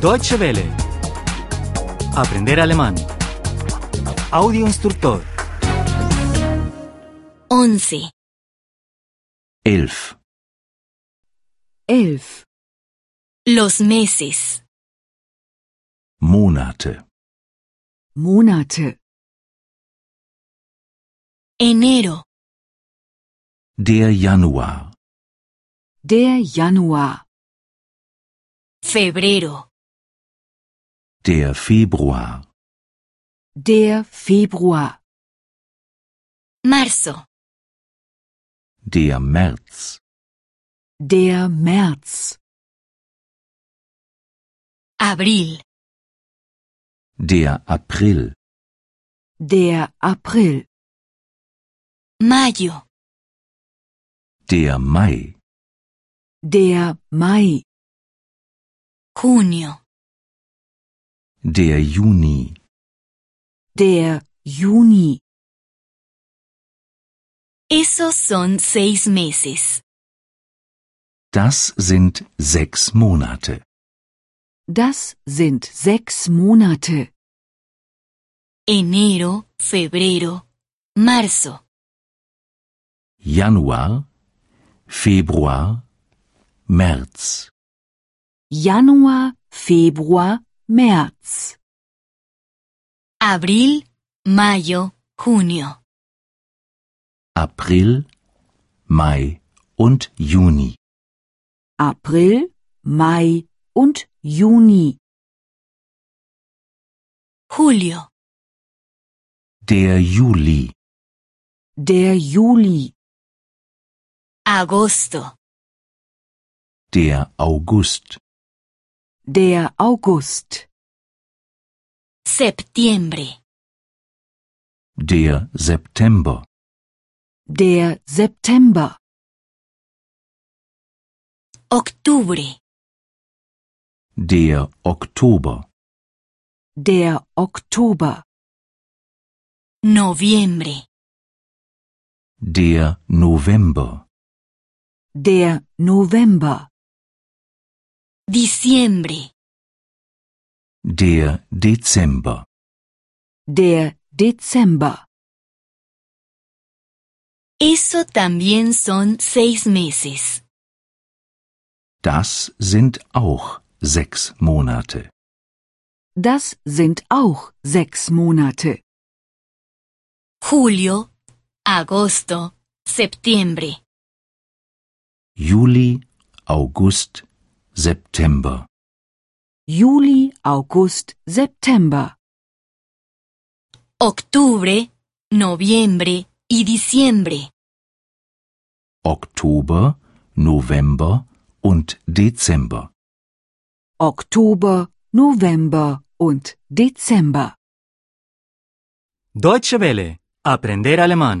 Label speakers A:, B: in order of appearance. A: Deutsche Welle. Aprender alemán. Audio instructor.
B: 11.
C: 11.
D: 11.
B: Los meses.
C: Monate.
D: Monate.
B: Enero,
C: Der Januar,
D: Der Januar,
B: febrero,
C: der Februar,
D: der Februar,
B: marzo,
C: der März,
D: der März,
B: abril,
C: der April,
D: der April,
B: mayo,
C: der Mai,
D: der Mai,
B: junio,
C: der Juni,
D: der Juni.
B: esos son seis meses.
C: das sind sechs Monate.
D: Das sind sechs Monate.
B: Enero, febrero, marzo,
C: Januar, Februar, März,
D: Januar, Februar, März,
B: abril, mayo, junio,
C: April, Mai und Juni,
D: April, Mai und Juni,
B: julio,
C: der Juli,
D: der Juli,
B: agosto,
C: der August,
D: der August,
B: septiembre,
C: der September,
D: der September,
B: octubre,
C: der Oktober,
D: der Oktober,
B: noviembre,
C: der November.
D: der November,
B: diciembre,
C: Der Dezember,
D: der Dezember.
B: eso también son seis meses.
C: das sind auch sechs Monate.
D: Das sind auch sechs Monate.
B: julio, agosto, septiembre,
C: Juli, August, September,
D: Juli, August, September,
B: octubre, noviembre y diciembre,
C: Oktober, November und Dezember.
D: Oktober, November und Dezember.
A: Deutsche Welle. Aprender alemán.